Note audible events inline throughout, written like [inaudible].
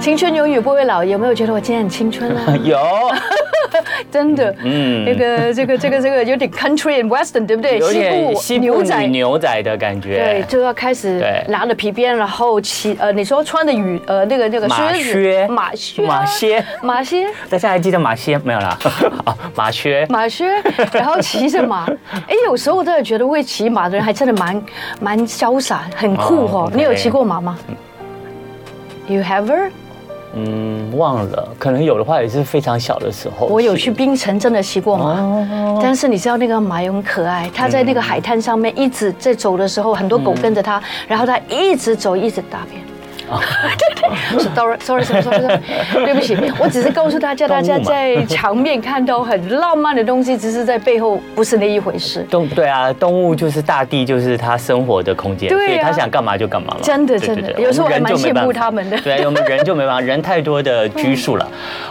青春永远不会老，有没有觉得我今天很青春 [laughs] 啊？有，真的，嗯那个这个这个这个有点 country and western，对不对？有点西西部部牛女仔。牛仔的感觉。对，就要开始对拿着皮鞭，然后骑呃，你说穿的雨呃那个那个马靴靴子，马靴啊，马靴马靴，大家还记得马歇没有啦？啊，马靴。马靴， [laughs] 然后骑着马。哎，有时候我真的觉得会骑马的人还真的蛮蛮潇洒，很酷哦哦。 ，OK 你有骑过马吗？You ever？嗯，忘了，可能有的话也是非常小的时候。哦我有去。槟城真的骑过马，但是你知道那个马有很可爱，它在那个海滩上面一直在走的时候，很多狗跟着它，然后它一直走，一直大便。Sorry，sorry，sorry，sorry，sorry，对不起，我只是告诉大家，动物大嘛家在墙面看到很浪漫的东西，只是在背后不是那一回事。动对啊，动物就是大地，就是它生活的空间，对啊所以它想干嘛就干嘛嘛。真的对对真的对有时候我还们人就没蛮羡慕办法它们的嗯对，我们人就没办法，人太多的拘束了。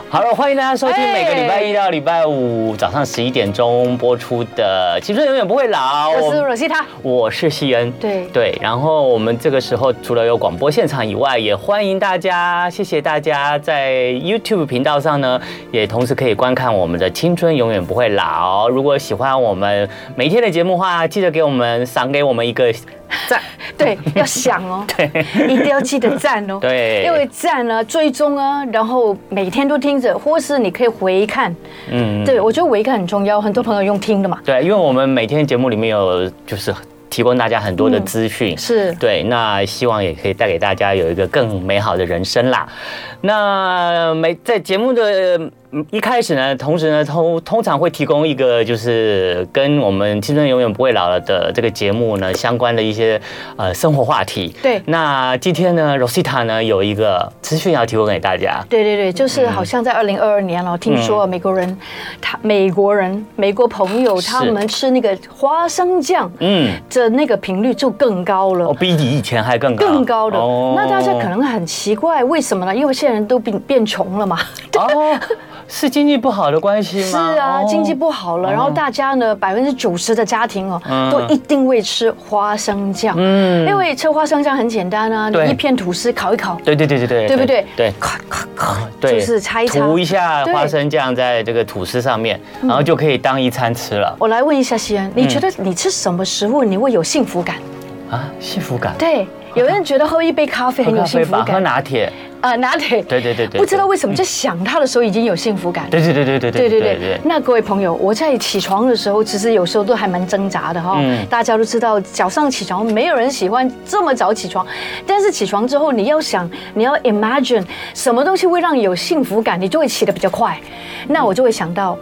好了，欢迎大家收听哎每个礼拜一到礼拜五早上十一点钟播出的《青春永远不会老》。哦我是 Rosita，我是西恩，对对，然后我们这个时候除了有广播现场以外，也欢迎大家，谢谢大家在 YouTube 频道上呢，也同时可以观看我们的《青春永远不会老》。如果喜欢我们每一天的节目的话，记得给我们赏给我们一个 [laughs] 赞，对，要想 [laughs] 哦，一定要记得赞哦，对因为赞啊、追踪啊，然后每天都听着，或是你可以回看，嗯，对我觉得回看很重要，很多朋友用听的嘛，对，因为我们每天节目里面有就是提供大家很多嗯的资讯，是对，那希望也可以带给大家有一个更美好的人生啦。那每在节目的嗯一开始呢，同时呢，通通常会提供一个就是跟我们《青春永远不会老了》的这个节目呢相关的一些呃生活话题。对那今天呢，Rosita 呢有一个资讯要提供给大家。对对对，就是嗯好像在二零二二年了，听说美国人，他美国人美国朋友是他们吃那个花生酱嗯，的那个频率就更高哦，了。比你以前还更高，更高的，哦那大家可能很奇怪，为什么呢？因为现在人都变变穷了嘛，哦，是经济不好的关系是吗？啊，哦经济不好了，然后大家呢，百分之九十的家庭哦，都一定会吃花生酱，嗯因为吃花生酱很简单啊，对你一片吐司烤一烤，对对对对对，对不对？对。咔咔咔，对，就是擦一擦。涂一下对嗯花生酱在这个吐司上面，然后就可以当一餐吃了我来问一下西安，你嗯觉得你吃什么食物你会有幸福感？啊，幸福感。对，有人觉得喝一杯咖啡喝很有咖幸啡福吧，喝感，拿铁。啊，拿铁，对对对对，不知道为什么在想它的时候已经有幸福感。对。对对对对对对对，那各位朋友，我在起床的时候，其实有时候都还蛮挣扎的哈、嗯大家都知道，早上起床没有人喜欢这么早起床，但是起床之后，你要想，你要 imagine 什么东西会让你有幸福感，你就会起得比较快。那我就会想到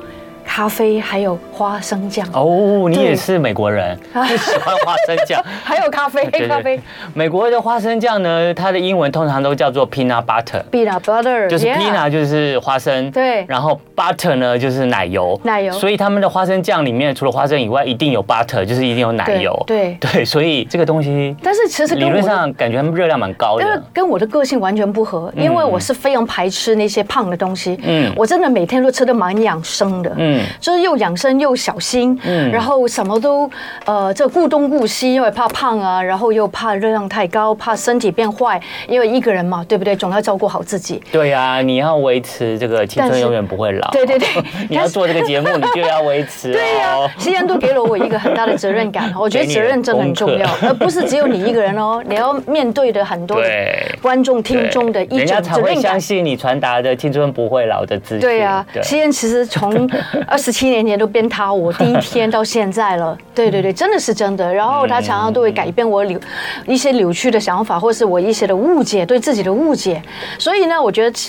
咖啡，还有花生酱，哦，你对也是美国人，就喜欢花生 [laughs] 酱。还有咖啡，对对对咖啡。美国的花生酱呢，它的英文通常都叫做 peanut butter， peanut butter，就是 yeah peanut 就是花生，对然后 butter 呢就是奶油，奶油所以他们的花生酱里面除了花生以外，一定有 butter，就是一定有奶对油，对对，所以这个东西但是其实跟理我论的，上感觉它们热量蛮高因为的，跟我的个性完全不合，因为我是非常排斥那些胖的东西。嗯嗯，我真的每天都吃的蛮养生的。嗯嗯。就是又养生又小心，嗯，然后什么都，呃，这顾东顾西，因为怕胖啊，然后又怕热量太高，怕身体变坏，因为一个人嘛，对不对？总要照顾好自己。对呀、啊，你要维持这个青但春是永远不会老。对对对啊 [laughs] 你要做这个节目，你就要维持、[laughs] 哦。对呀、西安都给了我一个很大的责任 [laughs] 感，我觉得责任真的很重要给你的功，而不是只有你一个人哦，你要面对的很多的 [laughs] 对观众、听对众的一人家种才责会任感相。信你传达的青春不会老的资讯。对呀、啊，西安其实从二十七年前都鞭挞我，第一天到现在了。对对对，真的是真的。然后他常常都会改变我扭一些扭曲的想法，或是我一些的误解，对自己的误解。所以呢，我觉得，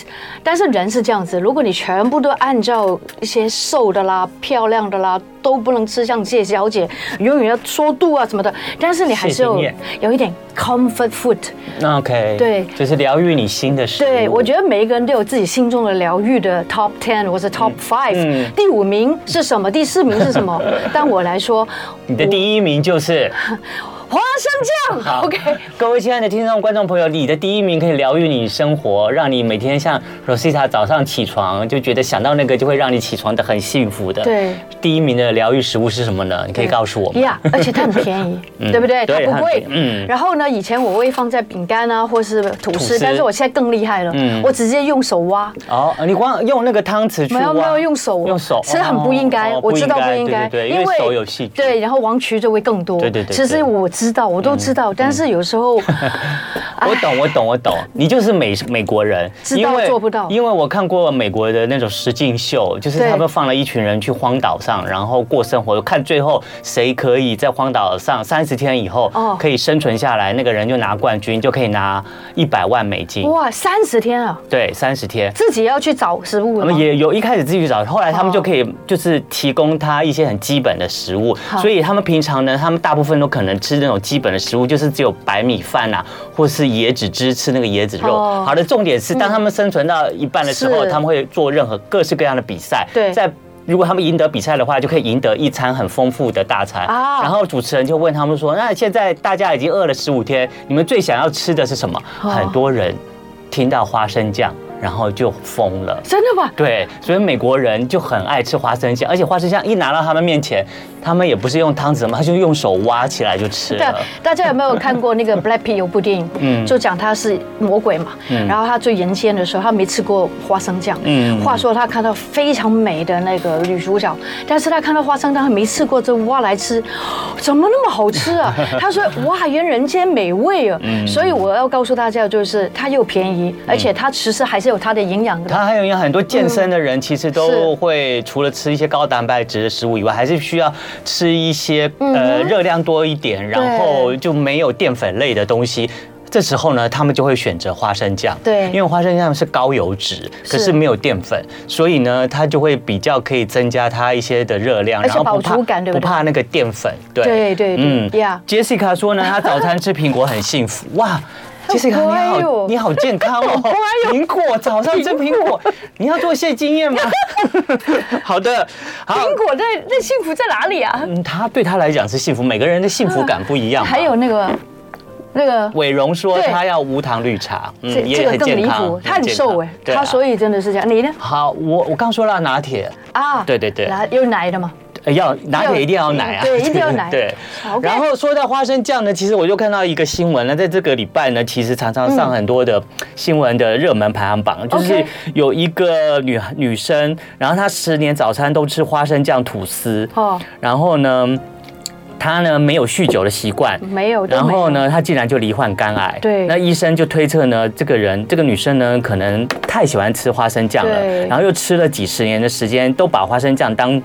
但是人是这样子，如果你全部都按照一些瘦的啦、漂亮的啦，都不能吃，像谢小姐永远要说度啊什么的，但是你还是有谢谢有一点 comfort food。那 OK，对就是疗愈你心的事。对，我觉得每一个人都有自己心中的疗愈的 top ten 或者 top five，、嗯第五 [laughs] 名是什么？第四名是什么？但我来说， [laughs] 你的第一名就是我花生酱。OK，各位亲爱的听众、观众朋友，你的第一名可以疗愈你生活，让你每天像 Rosita 早上起床就觉得想到那个就会让你起床的很幸福的。对，第一名的疗愈食物是什么呢？你可以告诉我们。呀而且它很便 [laughs] 宜，对不对？它对不贵它很便宜。嗯然后呢，以前我会放在饼干啊，或是吐吐司司，但是我现在更厉害了嗯，我直接用手挖。哦，你光用那个汤匙去没有没挖有用手，用手，其实很不应该，哦哦我知道不应该，对对对，因为手有细菌。对，然后王渠就会更多。对对对嗯其对实我知道，我都知道，但是有时 [laughs] 候我懂，我懂，[laughs] 我懂，你就是美美国人，知道因为做不到因为我看过美国的那种实境秀，就是对他们放了一群人去荒岛上，然后过生活，看最后谁可以在荒岛上三十天以后哦可以生存下来，那个人就拿冠军，就可以拿一百万美金。哇，三十天啊，对，三十天。自己要去找食物他了们吗。也有一开始自己去找，后来他们哦就可以就是提供他一些很基本的食物好，所以他们平常呢，他们大部分都可能吃那种基本的食物，就是只有白米饭啊，或是椰子汁，吃那个椰子肉。哦好的，重点是当他们生存到一半的时候，是他们会做任何各式各样的比赛。对在如果他们赢得比赛的话，就可以赢得一餐很丰富的大餐。啊然后主持人就问他们说：“那现在大家已经饿了十五天，你们最想要吃的是什么？”哦很多人听到花生酱，然后就疯了。真的吗？ [laughs] 对，所以美国人就很爱吃花生酱，而且花生酱一拿到他们面前，他们也不是用汤匙嘛，他就用手挖起来就吃对啊了。，大家有没有看过那 [laughs] 个 Black Pete 有部电影，嗯就讲他是魔鬼嘛，然后他最人间的时候，他没吃过花生酱，嗯话说他看到非常美的那个女主角，但是他看到花生酱，他没吃过，就挖来吃，怎么那么好吃 [laughs] 啊？他说哇，原人间美味啊！嗯所以我要告诉大家，就是它又便宜，而且它其实还是有它的营养的。它还有一样，很多健身的人其实都是会除了吃一些高蛋白质的食物以外，还是需要吃一些呃热量多一点，然后就没有淀粉类的东西。这时候呢，他们就会选择花生酱，对因为花生酱是高油脂，可是是没有淀粉，所以呢，它就会比较可以增加它一些的热量，而且然后饱不怕足感对不不对怕那个淀粉，对嗯对对对呀 Jessica [laughs] 说呢，她早餐吃苹果很幸福，哇，Jessica 你乖好哟，你好健 [laughs] 康哦，苹果早上吃苹果，你要做谢经 [laughs] 验吗？好的，好。苹果在那幸福在哪里啊？嗯，他对他来讲是幸福，每个人的幸福感不一样嘛。还有那个那个伟荣说对他要无糖绿茶，嗯这这个更离谱，他很瘦哎，他所以以真的是这样。你呢？啊好，我我刚说了拿铁，啊，对对对拿有奶的嘛，呃要拿铁一定要奶啊，嗯对一定要奶对好，，OK 然后说到花生酱呢，其实我就看到一个新闻呢，在这个礼拜呢，其实常常上很多的新闻的热门排行榜，就是有一个女女生，然后她十年早餐都吃花生酱吐司，哦，然后呢，她呢没有酗酒的习惯，没有，都然后没有？呢，她竟然就罹患肝癌。对那医生就推测呢，这个人，这个女生呢，可能太喜欢吃花生酱了对，然后又吃了几十年的时间，都把花生酱当。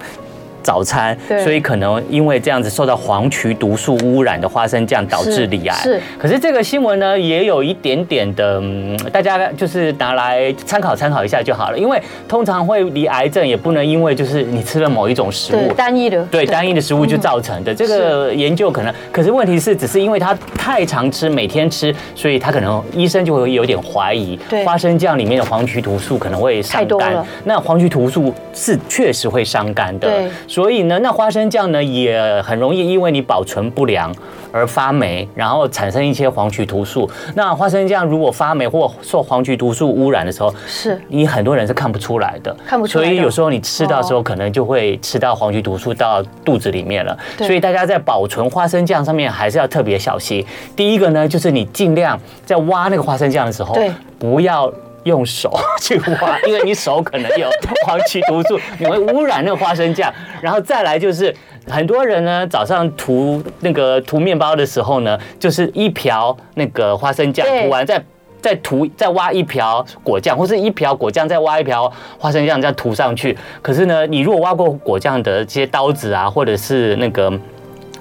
早餐对，所以可能因为这样子受到黄曲毒素污染的花生酱导致罹癌。是是可是这个新闻呢，也有一点点的，嗯，大家就是拿来参考参考一下就好了。因为通常会罹癌症，也不能因为就是你吃了某一种食对嗯物，单一的，对单一的食物就造成的。这个研究可能，可是问题是，只是因为他太常吃，每天吃，所以他可能医生就会有点怀疑对，花生酱里面的黄曲毒素可能会伤太多肝了。那黄曲毒素是确实会伤肝的对，所以呢，那花生酱呢也很容易因为你保存不良。而发霉，然后产生一些黄曲毒素。那花生酱如果发霉或受黄曲毒素污染的时候，是你很多人是看不出来的，看不出来的哦所以有时候你吃到的时候，可能就会吃到黄曲毒素到肚子里面了。对所以大家在保存花生酱上面还是要特别小心。第一个呢，就是你尽量在挖那个花生酱的时候对，不要。用手 [laughs] 去挖，因为你手可能有黄曲毒 [laughs] 素，你会污染那个花生酱。然后再来就是，很多人呢早上涂那个涂面包的时候呢，就是一瓢那个花生酱对涂完。再再涂再挖一瓢果酱，或是一瓢果酱再挖一瓢花生酱，这样涂上去。可是呢，你如果挖过果酱的这些刀子啊，或者是那个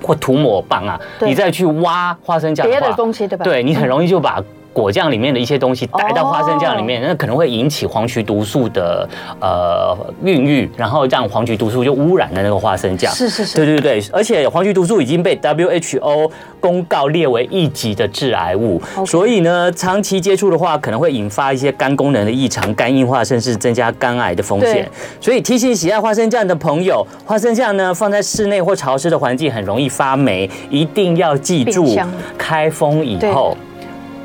或涂抹棒啊，对你再去挖花生酱别的嗯话，东西对吧？对你很容易就把果酱里面的一些东西带到花生哦酱里面，那可能会引起黄曲毒素的呃孕育，然后让黄曲毒素就污染了那个花生酱。是是是对对对，而且黄曲毒素已经被 WHO 公告列为一级的致癌物 OK 所以呢，长期接触的话，可能会引发一些肝功能的异常、肝硬化，甚至增加肝癌的风险对。所以提醒喜爱花生酱的朋友，花生酱呢放在室内或潮湿的环境很容易发霉，一定要记住冰箱开封以后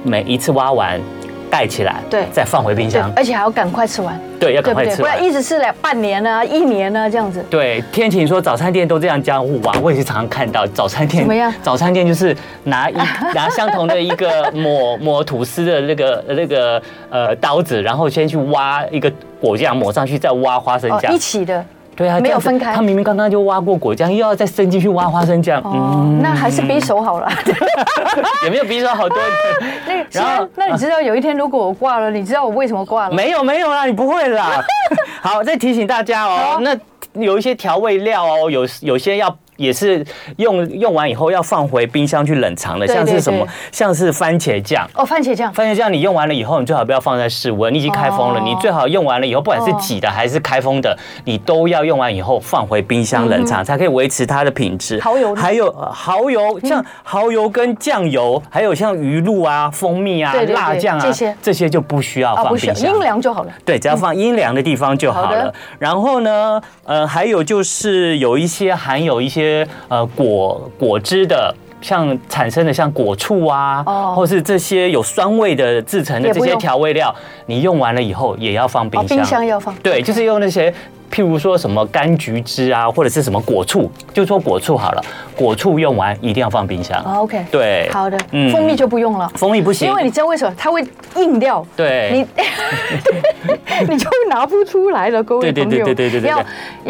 每一次挖完。盖起来，对再放回冰对箱，，而且还要赶快吃完，对，要对不赶快对？吃不完然。一直吃了半年啊、一年啊这样子。对，天晴说早餐店都这样江户哇，我也是常常看到早餐店怎么样早餐店就是拿一 [laughs] 拿相同的一 [laughs] 个抹抹吐司的那个那个呃刀子，然后先去挖一个果酱抹上去，再挖花生哦，酱。一起的对啊，没有这样子分开他明明刚刚就挖过果酱，又要再伸进去挖花生酱，嗯哦，那还是匕首好了。 [laughs] 有没有比 [laughs] 手好多？那啊然后那那你知道有一天如果我挂了，你知道我为什么挂了？ [laughs] 没有没有啦，你不会 [laughs] 啦。好，再提醒大家哦好，那有一些调味料哦，有有些要。也是用用完以后要放回冰箱去冷藏的，对像是对什么对，像是番茄酱。哦，番茄酱。番茄酱你用完了以后，你最好不要放在室温，你已经开封了，哦你最好用完了以后，不管是挤的还是开封的，你都要用完以后放回冰箱冷藏，才可以维持它的品质。嗯蚝油呢嗯还有呃蚝油，像蚝油跟酱油，还有像鱼露啊、蜂蜜啊对、对对辣酱啊这些，这些就不需要啊，放不需要冰箱。阴凉就好了。对，只要放阴凉的地方就好好了。的然后呢，呃，还有就是有一些含有一些呃果果汁的。像产生的像果醋啊，哦或是这些有酸味的制成的也这不些用调味料，你用完了以后也要放冰哦，箱。冰箱要放。对，就是用那些，譬如说什么柑橘汁啊，或者是什么果醋，就说果醋好了。果醋用完一定要放冰箱。哦，OK。对，好的，嗯蜂蜜就不用了。蜂蜜不行，因为你知道为什么它会硬掉？对你 [laughs] 你就拿不出来了，各位对对朋友。对对对对对要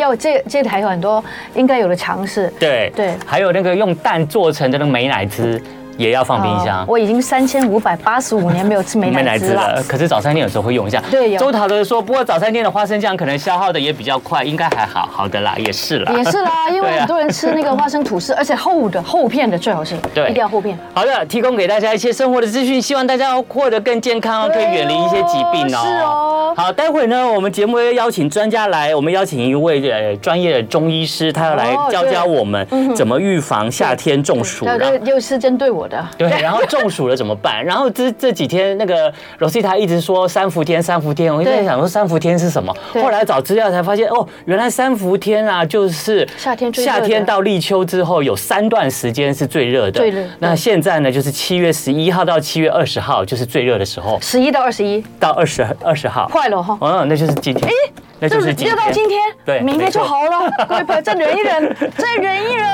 要这这台有很多应该有的尝试。对对还有那个用蛋做成的那个美乃滋也要放冰箱哦。我已经三千五百八十五年没有吃美没奶奶滋汁了了，。可是早餐店有时候会用一下。对有周讨的说，不过早餐店的花生酱可能消耗的也比较快，应该还好。好的啦，也是啦。 [laughs] 也是 [laughs] 啦，因对为啊很多人吃那个花生吐司，而且厚的厚片的最好吃，对一定要厚片。好的，提供给大家一些生活的资讯，希望大家过得更健康哦，可以对哦远离一些疾病哦。是哦好，待会呢，我们节目会邀请专家来，我们邀请一位呃专业的中医师，他要来哦教对教我们怎么预防夏天中暑。那然后这又是针对我的，对，然后中暑了怎么办？ [laughs] 然后这这几天那个 Rosita 一直说三伏天，三伏天，我一直在对想说三伏天是什么。对后来找资料才发现，哦，原来三伏天啊，就是夏天最热夏的天到立秋之后有三段时间是最热的。最热那对现在呢，就是七月十一号到七月二十号就是最热的时候，十一到二十一，到二十二十号，快了哈。嗯，那就是今天，那就是今就到天今。天，对明天就没错好了。各位朋友，再忍一忍，再忍一 [laughs] 忍。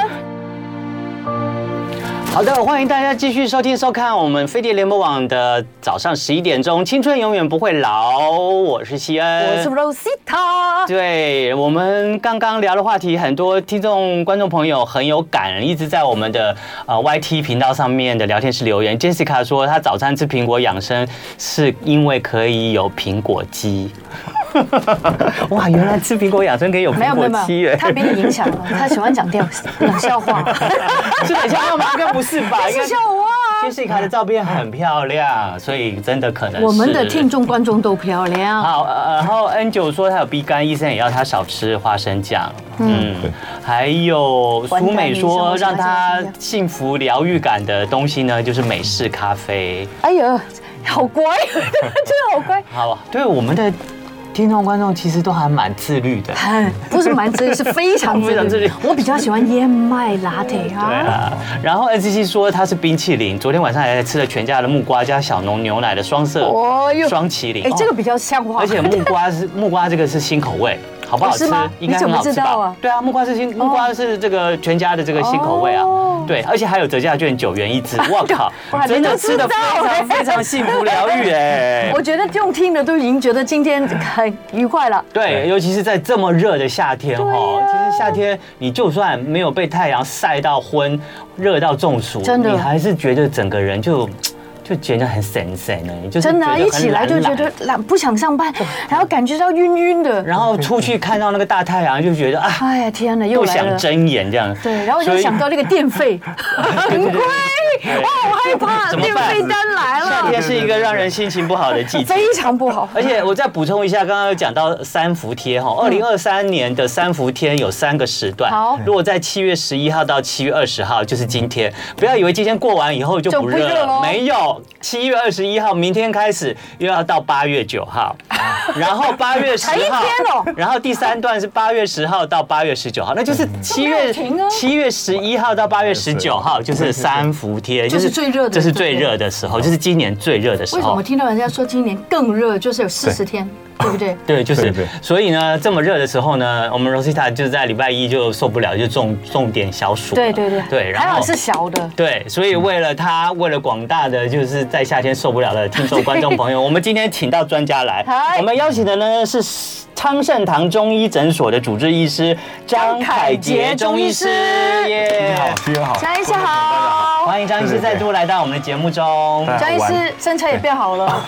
好的，欢迎大家继续收听收看我们飞碟联播网的早上十一点钟，青春永远不会老，我是西恩，我是 Rosita， [laughs] 对我们刚刚聊的话题，很多听众、观众朋友很有感，一直在我们的呃 YT 频道上面的聊天室留言。Jessica 说，她早餐吃苹果养生，是因为可以有苹果肌。 [laughs] 哇，原来吃苹果养生可以有 [laughs] 没苹有没果有 [laughs] 没肌有，耶！他被你影响 [laughs] 了，他喜欢讲电冷笑话，是冷笑话吗？应该不是吧？[laughs] 应是该笑话啊。 Jessica 的照片很漂亮，所以真的可能我们的是听众观众都漂亮，好，呃然后 N 九说他有 B 肝，医生也要他少吃花生酱。嗯，还有苏美说完蛋医生为让什么要他吃花生酱幸福疗愈感的东西呢，就是美式咖啡。哎呀，好乖， [laughs] 真的好乖。好，啊对我们的听众观众其实都还蛮自律的。很不是蛮自律，是非常自 [laughs] 非常自律律。我比较喜欢燕麦拿铁对啊，啊，然后 N C C 说它是冰淇淋，昨天晚上还吃了全家的木瓜加小农牛奶的双色哦哟双麒麟。哎，这个哦比较像话。 [laughs] 而且木瓜是木瓜，这个是新口味，好不好哦吃是吗？应该很好吃你怎么知道吧啊？对啊，木瓜是新木瓜是这个全家的这个新口味啊哦。对，而且还有折价券九元一支，我 [laughs] 靠我，还真没的都吃知的道非常非常幸福疗愈哎 [laughs] 。我觉得用听的都已经觉得今天很愉快了。对，尤其是在这么热的夏天哦，对啊其实夏天你就算没有被太阳晒到昏，热到中暑，真的你还是觉得整个人就就觉得很神神哎，就是真的啊，觉得一很起来就懒觉懒得懒，不想上班，然后感觉到晕晕的。然后出去看到那个大太阳，就觉得啊，哎呀天哪，又不来想了。睁眼这样。对，然后所啊就以 [laughs] 想到那个电费很贵，哦哇，我害怕，怎么那哎个办飞单来夏了，天是一个让人心情不好的季节。非常不好。嗯而且我再补充一下，刚刚有讲到三伏贴哈，二零二三年的三伏天有三个时段。好如果在七月十一号到七月二十号，就是今天，不要以为今天过完以后就就不不热热了咯，没有，七月二十一号明天开始又要到八月 [laughs] 九号，然后八月十才一天号哦，然后第三段是八月十号到八月十九号，那就是七没月有停啊七月十一号到八月十九号就是三伏贴，就是最热的这是对最对热的时候，就是今年最热的时候。为什么听到人家说今年更热，就是有四十天，哦对不对？对，就是对对所以呢，这么热的时候呢，我们 Rosita 就在礼拜一就受不了，就重重点消暑了。对对对，对，然还好后是小啊的，对，所以为了他，为了广大的就是在夏天受不了的听众观众朋友，我们今天请到专家来嗨，我们邀请的呢是昌盛堂中医诊所的主治医师张凯杰中医师，耶你好，徐好，张医师好好，欢迎张医师对对对再度来到我们的节目中。大家好张医师身材也变好了，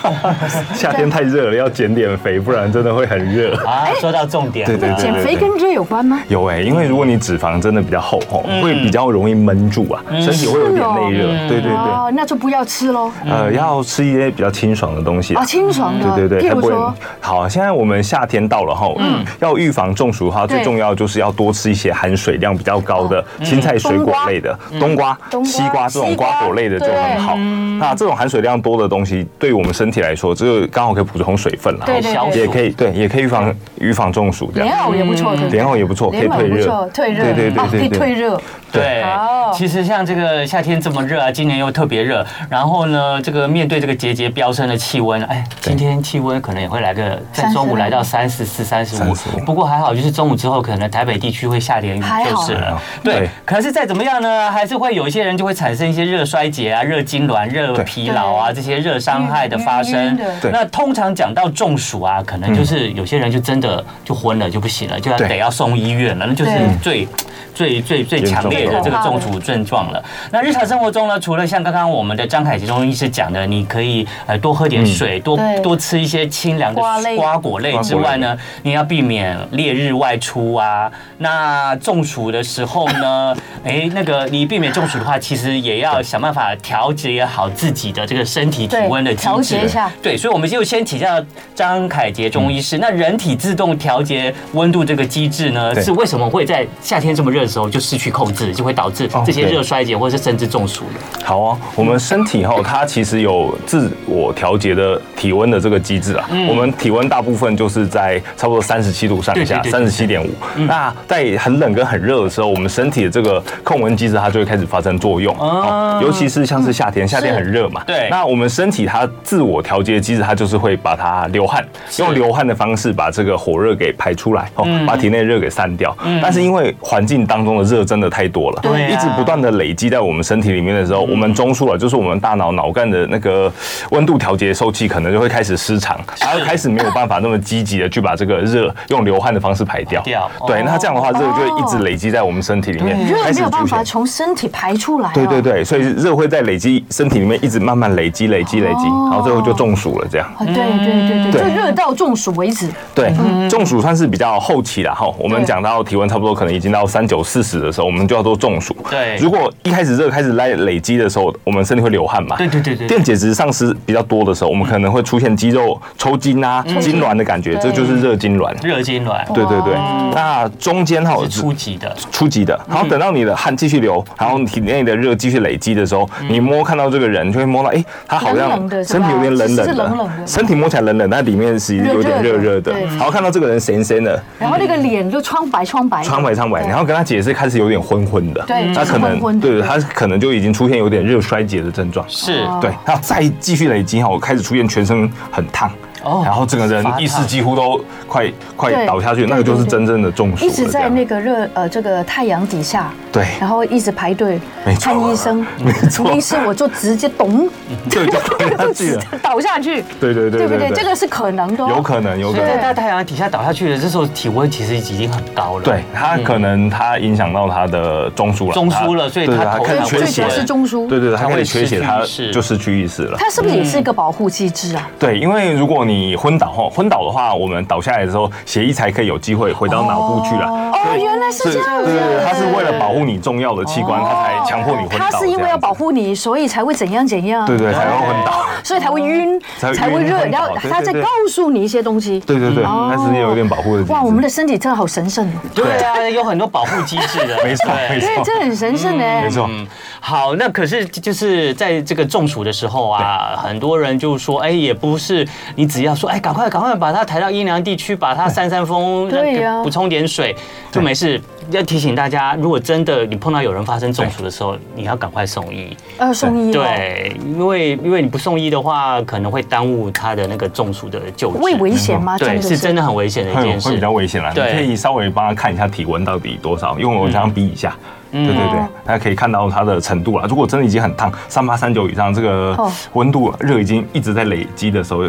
夏天太热了，要减点肥，不然真的会很热。 [laughs] 啊，说到重点了，对对对减肥跟热有关吗？有哎、因为如果你脂肪真的比较厚哦，会比较容易闷住啊，身体会有点内热。对对对，嗯哦，那就不要吃喽，呃，要吃一些比较清爽的东西啊啊，。清爽的，对对譬对，它如不会说很。好，现在我们夏天到了哈，嗯，要预防中暑的话，对哦最重要就是要多吃一些含水量比较高的青菜、水果类的，冬瓜嗯冬、瓜西瓜西这种瓜瓜果类的就很好。那这种含水量多的东西，对我们身体来说，就是刚好可以补充水分了，对对消暑对，也可以对，也可以预防预防中暑这样。嗯莲藕也不错，对不对莲藕也不错，可以莲藕退也不热错，，退热，对对哦可对以对对退热，对哦，其实像这个夏天这么热啊，今年又特别热，然后呢，这个面对这个节节飙升的气温，哎，今天气温可能也会来个在30中午来到三十四、三十五， 35不过还好，就是中午之后可能台北地区会下点雨还好就是还了好。对对，可是再怎么样呢，还是会有一些人就会产生一些热衰竭啊、热痉挛、热对疲劳啊对这些热伤害的发晕生晕的。对那通常讲到中暑啊，可能就是有些人就真的就昏了，就不行了，就要对得要送医院了，那就是对最最最最强烈的这个中暑症状了。那日常生活中呢，除了像刚刚我们的张凯杰中医师讲的，你可以呃多喝点水，多对多吃一些清凉的瓜类瓜果类之外呢，你要避免烈日外出啊。那中暑的时候呢，哎，那个你避免中暑的话，其实也要想办法调节好自己的这个身体体温的机制对调节一下对，所以我们就先请教张凯杰中医嗯师，那人体自动调节温度这个机制呢，对是为什么会在夏天这么热的时候就失去控制，就会导致哦这些对热衰竭或是甚至中暑的？好啊，我们身体哈，它其实有自我调节的体温的这个机制啊。我们体温大部分就是在差不多三十七度上下，嗯对对三对嗯十七点五。那在很冷跟很热的时候，我们身体的这个控温机制它就会开始发生作用。哦，尤其是像是夏天，夏天很热嘛。啊嗯对那我们身体它自我调节机制，它就是会把它流汗，用流汗的方式把这个火热给排出来，哦，嗯把体内热给散掉。但是因为环境当中的热真的太多了，对啊一直不断的累积在我们身体里面的时候，我们中枢啊，就是我们大脑脑干的那个温度调节受器，可能就会开始失常，然后开始没有办法那么积极的去把这个热用流汗的方式排掉。掉对，哦那这样的话，热就会一直累积在我们身体里面，热嗯开没始有办出法现。从身体排出来、哦。对对。对，所以热会在累积身体里面一直慢慢累积、累积、累积，哦然后最后就中暑了。这样，啊，对对对对，嗯对就热到中暑为止。对，中暑算是比较后期了哈。我们对讲到体温差不多可能已经到三九四十的时候，我们就要做中暑。对如果一开始热开始来累积的时候，我们身体会流汗嘛？对对对对对电解质丧失比较多的时候，我们可能会出现肌肉抽筋啊、痉挛的感觉，这对就是热哦痉挛。热痉挛对对对哇，那中间哈是初级嗯的，初级的，然后等到你的汗继续流，然后体内的热继续累积的时候，嗯你摸看到这个人，就会摸到，哎，他好像冷冷的是吧身体有点冷其实冷是冷冷的的，身体摸起来冷冷，但里面是有热热点热的热的对。然后看到这个人咸咸的，然后那个脸就苍白苍白的，嗯苍白苍白，对然后跟他解释开始有点昏昏的，对他就可是昏能昏的对他可能就已经出现有点热衰竭的症状。是哦对，那再继续累积哈，我开始出现全身很烫。哦然后整个人发烫意识几乎都快快对倒下去，对那个就对是对真正的中暑一了。直这在样那个热呃这个太阳底下，对然后一直排队没错啊看医生， [laughs] 没错医生我就直接咚对，[laughs] [laughs] 就倒下去了。倒下去，对对对对不对？对这个是可能的哦，有可能，有可所以在能。大太阳底下倒下去的，这时候体温其实已经很高了。对他嗯可能他影响到他的中枢了，中枢了他所以对他他头开始脑缺会最主血要不是稳了，中枢，对对，对他他开会始缺失血，去他意识就失去意识了。它是不是也是一个保护机制啊？对，因为如果你你昏倒后，昏倒的话，我们倒下来的时候，血液才可以有机会回到脑部去了。哦，原来是这样子对对，对它是为了保护你重要的器官，它才强迫你昏倒。他是因为要保护，护你，所以才会怎样怎样，对对，才会昏倒。 [laughs] 所以才会晕，才会才会晕热，昏然倒后对对他在对告诉你一些东西。对对对，哦它是有一点保护的机制。哇，我们的身体真的好神圣哦，对啊，有很多保护机制的， [laughs] 没错对没错对，这很神圣呢没。错，嗯，好，那可是就是在这个中暑的时候啊，很多人就说，哎，也不是你只要说，哎，赶快赶快把它抬到阴凉地区，把它散散风，对让呀补充点水就对没事。要提醒大家，如果真的你碰到有人发生中暑的时候，你要赶快送医。呃，送医哦，对，因为因为你不送医的话，可能会耽误他的那个中暑的救治。会危险吗？对，是真啊的的很危险的一会件事。哎会比较危险啦。你对可以稍微帮他看一下体温到底多少，用我这样比一下。对嗯对对哦，大家可以看到它的程度啦。如果真的已经很烫，三八三九以上，这个哦温度热已经一直在累积的时候，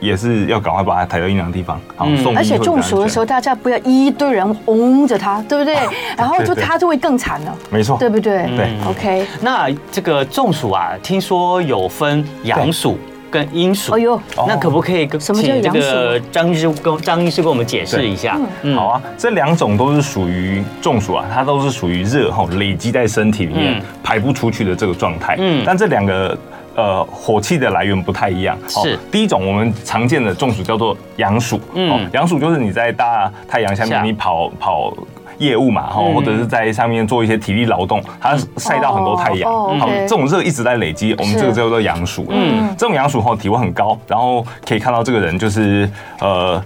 也是要赶快把它抬到阴凉地方，好嗯送医而且会比较中暑的安全时候，大家不要一堆人嗡着他，对不对？然后就 [laughs] 对对哦嗯他就会更惨了，没错，对不对？对，OK，那这个中暑啊，听说有分阳暑跟阴暑。哎呦，那可不可以跟什么叫啊请这个阳张医师跟张医师给我们解释一下？嗯好，啊，这两种都是属于中暑啊，它都是属于热吼累积在身体里面、嗯排不出去的这个状态。嗯嗯，但这两个。呃，火气的来源不太一样。哦是第一种我们常见的中暑叫做阳暑。嗯嗯，阳暑就是你在大太阳下下面你跑跑业务嘛，哈、嗯或者是在上面做一些体力劳动，它晒到很多太阳，哦哦好 OK 这种热一直在累积，我们是这个叫做阳暑。嗯嗯，这种阳暑后体温很高，然后可以看到这个人就是呃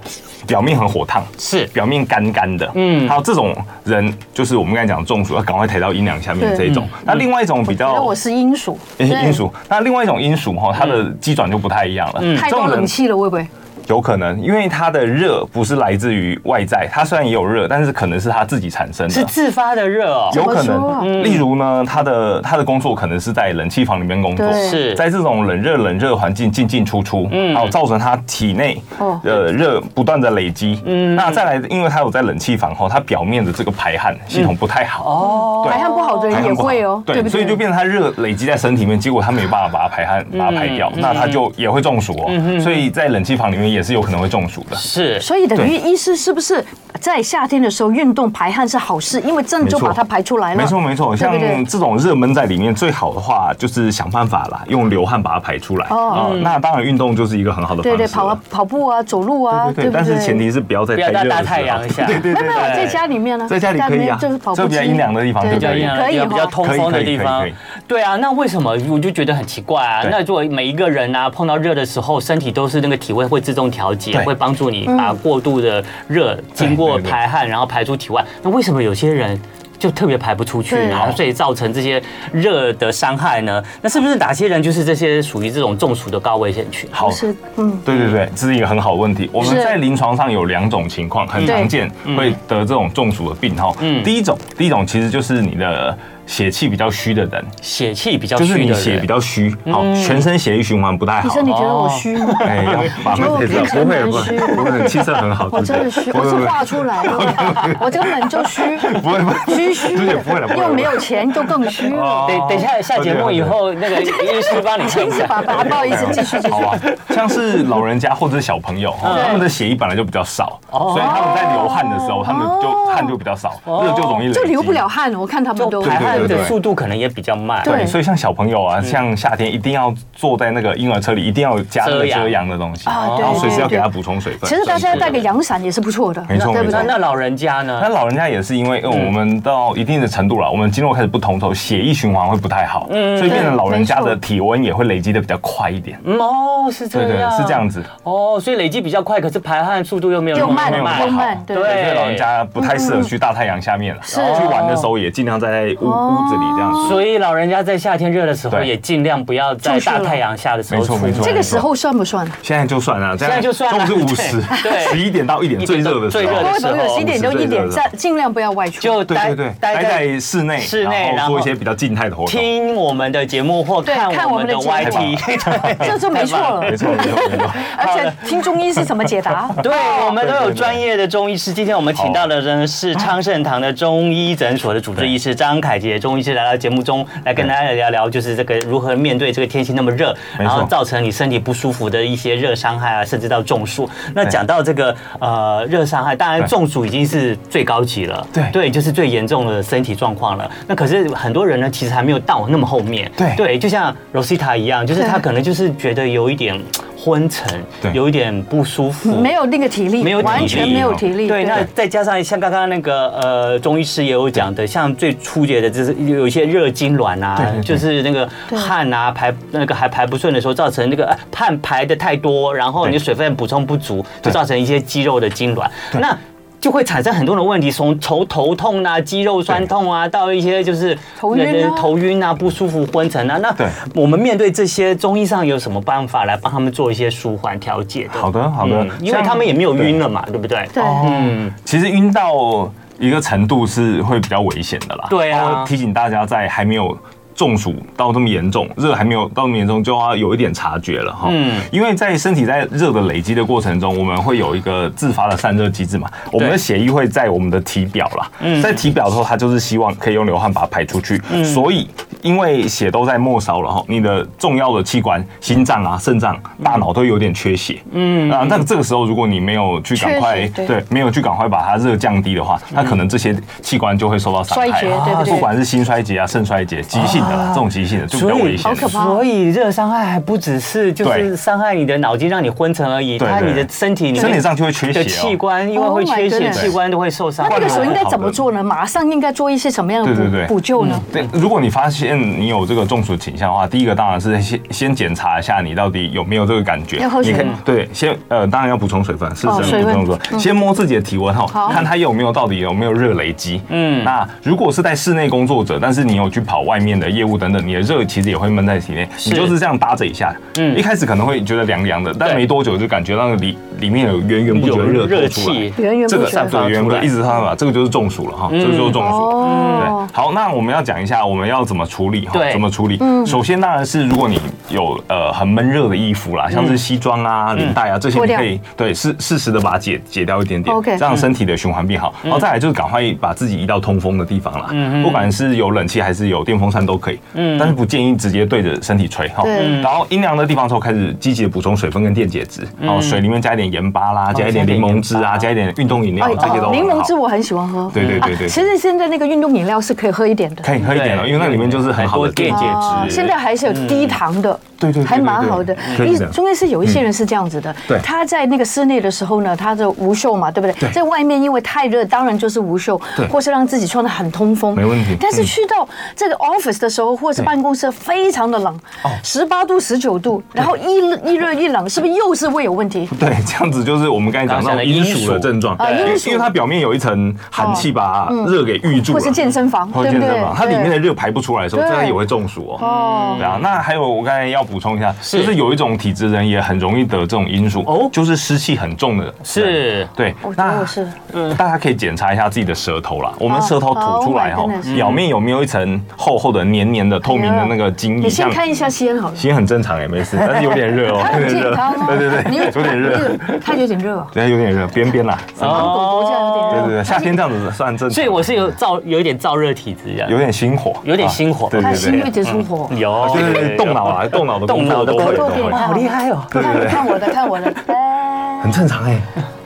表面很火烫，是表面干干的，嗯嗯，还有这种人，就是我们刚才讲中暑，要赶快抬到阴凉下面对这一种。那另外一种比那较我是阴暑，阴对阴，暑，那另外一种阴暑哈，它的机转就不太一样了。嗯太多冷气了，会不会？有可能，因为它的热不是来自于外在，它虽然也有热，但是可能是它自己产生是的。自发的热哦。有可怎么说啊能，例如呢，他的他的工作可能是在冷气房里面工作，对是在这种冷热冷热环境进进出出，嗯嗯，好造成他体内哦呃热不断的累积，嗯，那再来，因为他有在冷气房后，他表面的这个排汗系统不太好，哦，对排汗不好的排人汗也不好会哦，对，不所以就变成他热累积在身体里面，结果他没办法把它排汗把它排嗯掉，那他就也会中暑哦，所以在冷气房里面也是有可能会中暑的，是所以等于对医师是不是在夏天的时候运动排汗是好事，因为这样就没错把它排出来了。没错没错，对像不对这种热闷在里面，最好的话就是想办法啦，用流汗把它排出来。哦哦、嗯那当然运动就是一个很好的方对式。对，跑啊跑步啊，走路啊，对对对，不对？但是前提是不要在不要太大热的时大候。太阳下， [laughs] 对对对 [laughs] 没有对。在家里面呢，在家里可以啊就是跑步这比较机阴凉的地方对就比较可以阴可以凉，比较哈。通风可的以可以地方可以可。对啊，那为什么我就觉得很奇怪啊？对那如果每一个人啊碰到热的时候，身体都是那个体温会自动调节，对会帮助嗯你把过度的热经过对对对排汗，然后排出体外。那为什么有些人？就特别排不出去，对然后所以造成这些热的伤害呢？那是不是哪些人就是这些属于这种中暑的高危险群？好不，是，嗯，对对对，这是一个很好的问题。我们是在临床上有两种情况很常见会得这种中暑的病哈。嗯第一种，第一种其实就是你的血气比较虚的人，血气比较就是虚你的血比人，嗯较虚，好，全身血液循环不太好。医生，你觉得我哦虚吗？哎，要把我妹觉子得我平常不会不会蛮虚不会，气色很好， [laughs] 我真的虚， [laughs] 不我会是不会画出来的， [laughs] 我这个人就虚，不会不会，虚虚不的是不会了不，会了哦又没有钱，就更虚了。等等一下下节目以后，那个医师帮你看一下。爸爸，不好意思，继续继续好。啊，像是老人家或者是小朋友，对哦他们的血液本来就比较少，所以他们在流汗的时候，他们就汗就比较少，热就容易累积就流不了。汗，我看他们就都排汗对对的对速度可能也比较慢。对嗯对，所以像小朋友啊，像夏天一定要坐在那个婴儿车里，一定要有加那遮个阳遮阳的东西，啊对然后随时要对对给他补充水分。其实大家带个阳伞也是不错的，没错对不没那错对？那老人家那呢？老人家也是因为，呃嗯我们到一定的程度了，我们经络开始不通透，血液循环会不太好，所以变成老人家嗯对的没体温也会累积的比较快一点。嗯哦，是这对对样，啊是这样子哦，所以累积比较快，可是排汗速度又没有那又么慢没有那又么好慢，对不对嗯对？所以老人家不太适合去大太阳下面了，是然后去玩的时候也尽量在屋哦屋子里这样子。所以老人家在夏天热的时候，对也尽量不要在就是了大太阳下的时候没错出门没错这个时候算不算？现在就算了，这现在就算了中午是五十对对，十一点到一点最热的时最热的候各。位朋友，十一点就一点，是是在尽量不要外出。就对待对对，待待在在室内，室内然然后后做一些比较静态的活动。听我们的节目或对看看我们的我们的节 YT，这就没错了没错没错没错。而且听中医是怎么解答？ [laughs] 对，我们都有专业的中医师。今天我们请到的呢是昌盛堂的中医诊所的主治医师张凯杰杰中医师来到节目中来跟大家聊聊，就是这个如何面对这个天气那么热，没错然后造成你身体不舒服的一些热伤害啊，甚至到中暑。那对讲到这个呃热伤害，当然对中暑已经是最高级了，对对，就是最严重的身体状况了。那可是很多人呢，其实还没有到那么后面，对对，就像 Rosita 一样，就是他可能就是觉得有一点昏沉，对有一点不舒服，没有那个体力，没有体力哦完全没有体力。对，那再加上像刚刚那个呃，中医师也有讲的，像最初级的就是有一些热痉挛啊，对对对就是那个对汗啊排那个还排不顺的时候，造成那个呃汗排的太多，然后你对水分补充不足，就对造成一些肌肉的痉挛。那就会产生很多的问题，从头头痛啊、肌肉酸痛啊，到一些就是头晕啊人的头晕啊、不舒服、昏沉啊。那对我们面对这些中医上有什么办法来帮他们做一些舒缓调节的？好的好的嗯因为像他们也没有晕了嘛，对不对？对，嗯，其实晕到一个程度是会比较危险的啦。对啊然后提醒大家在还没有。中暑到这么严重，热还没有到那么严重，就要有一点察觉了哈。嗯嗯，因为在身体在热的累积的过程中，我们会有一个自发的散热机制嘛。我们的血液会在我们的体表啦，嗯在体表的时候，它就是希望可以用流汗把它排出去。所以，因为血都在末梢了哈，你的重要的器官，心脏啊、肾脏、大脑都有点缺血。嗯，啊，那这个时候如果你没有去赶快缺血对对没有去赶快把它热降低的话，那可能这些器官就会受到伤害，衰竭对不对啊不管是心衰竭啊、肾衰竭，急性的啦，这种急性的就比所较危以险。好可怕所以热伤害还不只是就是对伤害你的脑筋，让你昏沉而已，对它对你的身体里面身体上就会缺的血器哦。官，因为会 Oh my 缺血， goodness 器官都会受伤。那这个时候应该好的怎么做呢？马上应该做一些什么样的对对补对补救呢？对，如果你发现你有这个中暑倾向的话，第一个当然是先先检查一下你到底有没有这个感觉。要喝水你可以吗对，先呃，当然要补充水分，适哦时水地补分充水分，先摸自己的体温好哈，看它有没有到底有没有热累积。嗯嗯，那如果是在室内工作者，但是你有去跑外面的业务等等，你的热其实也会闷在体内，你就是这样搭着一下，嗯嗯，一开始可能会觉得凉凉的，但对没多久就感觉到里里面有源源不绝的有热热透出来气，源源这不个绝散。对，源源不绝一直散发，这个就是中暑了哈，这个就是中暑。哦对，，好，那我们要讲一下我们要怎么处理哈对，怎么处理？嗯首先当然是如果你有呃很闷热的衣服啦，像是西装啊、领带啊这些，脱你掉可以对适适时的把它解解掉一点点 OK，这样身体的循环变好。然后再来就是赶快把自己移到通风的地方啦，不管是有冷气还是有电风扇都可以，但是不建议直接对着身体吹哈。对然后阴凉的地方之后开始积极的补充水分跟电解质，然后水里面加一点盐巴啦，加一点柠檬汁加一点盐巴啊，加一点运动饮料，这些都很哦哎柠檬好汁我很喜欢喝。对对对对啊其实现在那个运动饮料是可以喝一点的。可以喝一点了，对因为那里面就是很好的很多电解哦，质现在还是有低糖的，嗯对对对对对还蛮好的。可因以为的嗯中间是有一些人是这样子的，对他在那个室内的时候呢，他的无袖嘛，对不对？在外面因为太热，当然就是无袖对，或是让自己穿的很通风，没问题但是嗯去到这个 office 的时候，或是办公室非常的冷，哦十八度、十九度，然后一热一热一冷，是不是又是胃有问题？对，这样子就是我们刚才讲刚才的到阴阴暑暑的症状，啊对阴暑因为它表面有一层寒气把热给郁哦住嗯或了，是健身房，或者对不哦健身对房，？它里面的热排不出来的时候，对这样也会中暑哦。哦，对啊，那还有我刚才要补充一下，是就是有一种体质人也很容易得这种阴暑，哦哦，就是湿气很重的人，是对我，觉得我是呃大家可以检查一下自己的舌头啦，我们哦舌头哦吐出来 my 后 goodness，表面有没有一层厚厚的、黏黏的、透明的那个晶哎你液？先像看一下西安好了。其实很正常也没事，但是有点热哦，他有很点健热康哦，，对对你对，有点热，，他有点热哦。对，有点热，边边啦，哦狗狗这样有点热对对对，夏天这样子算正常，所以我是有燥，有一点燥热体质这样有点心火，有点心火啊对他对心对率接出火。有对对对，动脑啊，动脑的动工脑作的都工会，作都变会化，好厉害哦！对看对对，看我的，看我 [laughs] 的，哎，很正常哎，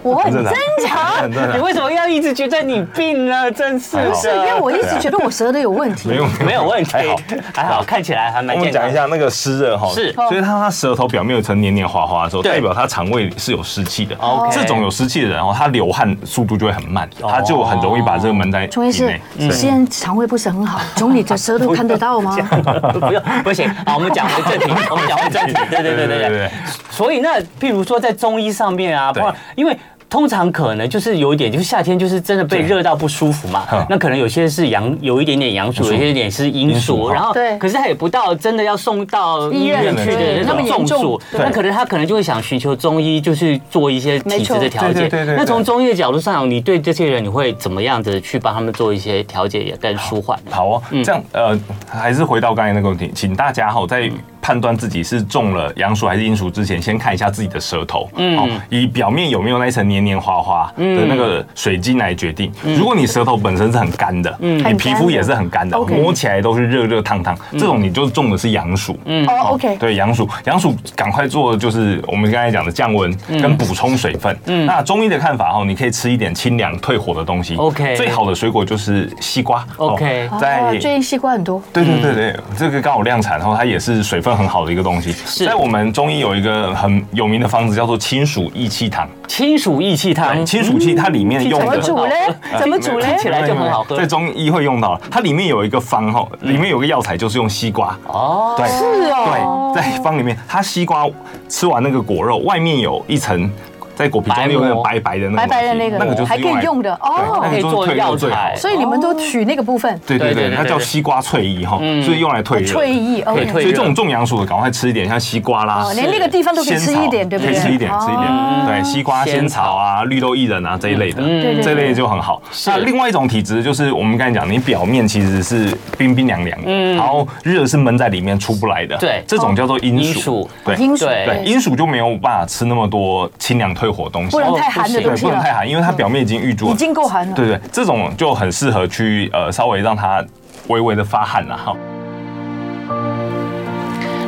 我很很正正常常，很正你常，为什么要一直觉得你病了？真是的，不是因为我一直觉得我舌头有问题。 [laughs] 没有没有问题，还好。还好，看起来还蛮我健们讲康一。下那个湿热哈，是所以它它舌头表面有层黏黏滑滑的时候，对代表它肠胃是有湿气的。 OK 这种有湿气的人哦，他流汗速度就会很慢，他就很容易把这个闷在体钟医师内。，西安肠胃不是很好，从你的舌头看得到吗？ [laughs] 不用，不行，好，我们讲回 [laughs] 正题，我们讲回正题，对对对对对。所以那譬如说在中医上面啊，不对然因为。通常可能就是有一点，就是夏天就是真的被对热到不舒服嘛嗯。那可能有些是阳，有一点点阳暑，阳有暑一点点是阴阴暑。暑然后，对可是他也不到真的要送到医医院院去的对那那么种中严重暑，对那可能他可能就会想寻求中医，就是做一些体质的没错调节对对对。对那从对中医的角度上，你对这些人你会怎么样子去帮他们做一些调节，也更舒缓呢？嗯好哦，这样呃，还是回到刚才那个问题，请大家哈在。判断自己是中了阳暑还是阴暑之前，先看一下自己的舌头，嗯，哦，以表面有没有那一层黏黏滑滑的那个水晶来决定。如果你舌头本身是很干的，嗯，你很皮干肤的也是很干的，嗯 OK 摸起来都是热热烫烫，这种你就中的是阳暑，嗯。哦，OK，对，阳暑，阳暑赶快做的就是我们刚才讲的降温跟补充水分。那中医的看法哦，你可以吃一点清凉退火的东西。 OK 最好的水果就是西瓜。哦 OK 哦在最近西瓜很多，对对对对，这个刚好量产，然后它也是水分很好的一个东西。在我们中医有一个很有名的方子叫做清暑益气汤。清暑益气汤对，，清暑气它里面用怎么的很煮好嘞？怎么煮嘞 [laughs] 听？起来就很好喝在中医会用到，它里面有一个方哈，里面有个药材就是用西瓜。哦，对，是哦对，在方里面，它西瓜吃完那个果肉，外面有一层。在果皮中白间膜有点白白的那个白东西，白的那个那个就是还可以来用的对哦那个就是可退热最好以做药材所以你们都取那个部分，哦对对对对对，对它叫对西瓜脆衣哈，嗯所以用来退热。退役可以 OK。退所热以这种种阳暑的，赶快吃一点，像西瓜啦哦，连那个地方都可以吃一点仙草对不对可以吃一点，哦吃一点。对，西瓜、仙草啊、绿豆薏仁啊这一类的对对，这一类就很嗯好。那另外一种体质就是我们刚才讲，你表面其实是冰冰凉凉，嗯然后热是闷在里面出不来的。对这种叫哦做阴阴暑暑。对，英属对对，阴暑就没有办法吃那么多清凉退火的东西，不能太寒的哦对东西不能了太寒，因为它表面已经预住了已。经够寒了。对对，这种就很适合去呃稍微让它微微的发汗啦哈。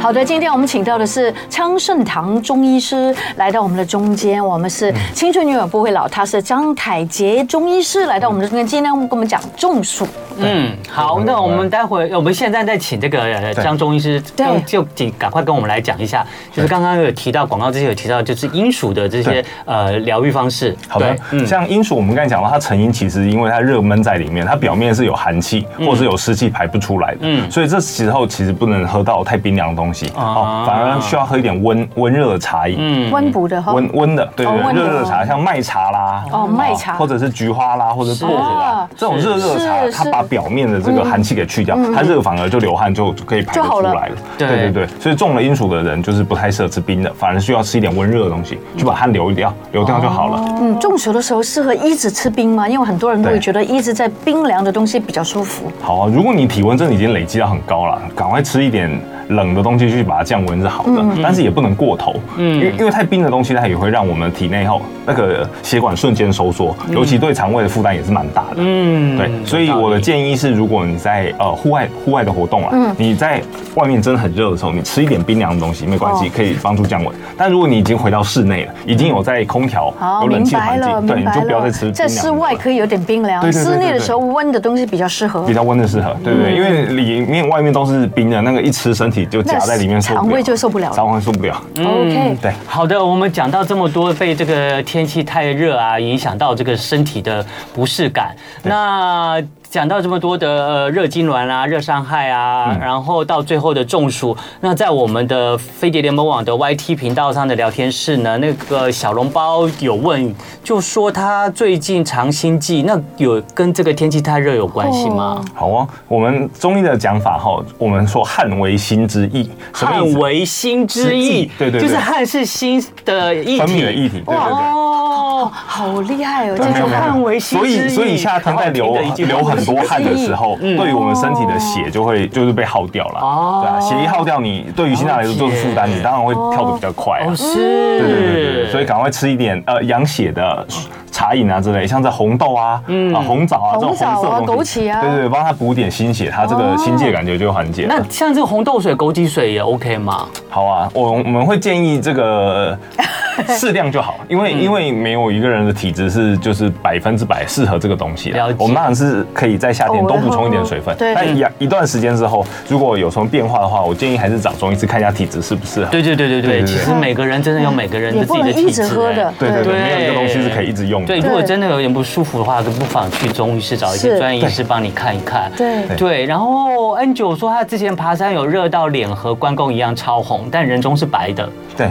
好的，今天我们请到的是昌盛堂中医师来到我们的中间，我们是青春永远不会老，他是张凯杰中医师来到我们的中间，今天跟我们讲中暑。嗯，好，那我们待会我们现在再请这个呃对张中医师，对就就请赶快跟我们来讲一下，就是刚刚有提到广告之前有提到，就是阴暑的这些对呃疗愈方式，好的对，嗯，像阴暑，我们刚才讲到，它成因其实因为它热闷在里面，它表面是有寒气或是有湿气排不出来的，嗯嗯，所以这时候其实不能喝到太冰凉的东西，啊哦，反而需要喝一点温温热的茶饮，嗯温补的哈，温温的，对哦对，温的热热的茶，像麦茶啦，啊哦麦茶或者是菊花啦，或者是薄啊荷啦，这种热热的茶是，嗯它是把表面的这个寒气给去掉，它热反而就流汗就就可以排就得好出了来了。对对对对，所以中了阴暑的人就是不太适合吃冰的，反而需要吃一点温热的东西，去把汗流掉，流掉就好了。嗯，中暑的时候适合一直吃冰吗？因为很多人都会对觉得一直在冰凉的东西比较舒服。好啊，如果你体温真的已经累积到很高了，赶快吃一点冷的东西去把它降温是好嗯的，但是也不能过头，因为因为太冰的东西它也会让我们体内后那个血管瞬间收缩，嗯尤其对肠胃的负担也是蛮大的。嗯对，所以我的建议是，如果你在呃户外户外的活动啊，嗯你在外面真的很热的时候，你吃一点冰凉的东西没关系，哦可以帮助降温。但如果你已经回到室内了，已经有在空调、好，有明冷气的白环了，境，哦对，明你白就不要再吃了。冰在凉的室了外可以有点冰凉，对对对室内的对对时候温的东西比较适合比。较温的适合，嗯对不对？因为里面外面都是冰的，那个一吃身体就夹在里面，受不了肠胃就受不了了肠胃受不了。 OK，嗯对，好的，我们讲到这么多被这个天气太热啊影响到这个身体的不适感，那。讲到这么多的呃热痉挛啊、热伤害啊，嗯然后到最后的中暑，那在我们的飞碟联盟网的 YT 频道上的聊天室呢，那个小笼包有问，就说他最近常心悸，那有跟这个天气太热有关系吗？好哦。我们中医的讲法哈，我们说汗为心之意，什么意汗思？为心之意，对对对就是汗是心的液体，分泌的液体，对对对。哦，好厉害哦，这对没有种没有汗为心所之以，所意以夏天在流好好听的一句话流很多汗的时候，对于我们身体的血就会就是被耗掉了。嗯哦对啊，血一耗掉，你对于心脏来说就是负担，了解你当然会跳得比较快啊。哦，对对对对对，是，所以赶快吃一点呃养血的茶饮啊之类，像这红豆啊、嗯啊红枣啊这种红红色枣啊的东西枸杞啊对对对，帮它补点心血，它这个心悸感觉就会缓解了。哦那像这个红豆水、枸杞水也 OK 吗？好啊，我我们会建议 [laughs] 这个适量就好，因为嗯因为没有一个人的体质是就是百分之百适合这个东西的了解我们当然是可以在夏天多补充一点水分哦，对但一一段时间之后，如果有什么变化的话，我建议还是找中医师看一下体质适不适合。对对对对对对，对对其实每个人真的有每个人的也自不己能的一体直质。喝的哎。对对对，对没有一个东西是可以一直用的。对，对如果真的有点不舒服的话，不妨去中医室找一些是专业医师帮你看一看。对对对，然后 N 九说他之前爬山有热到脸和关公一样超红，但人中是白的。对，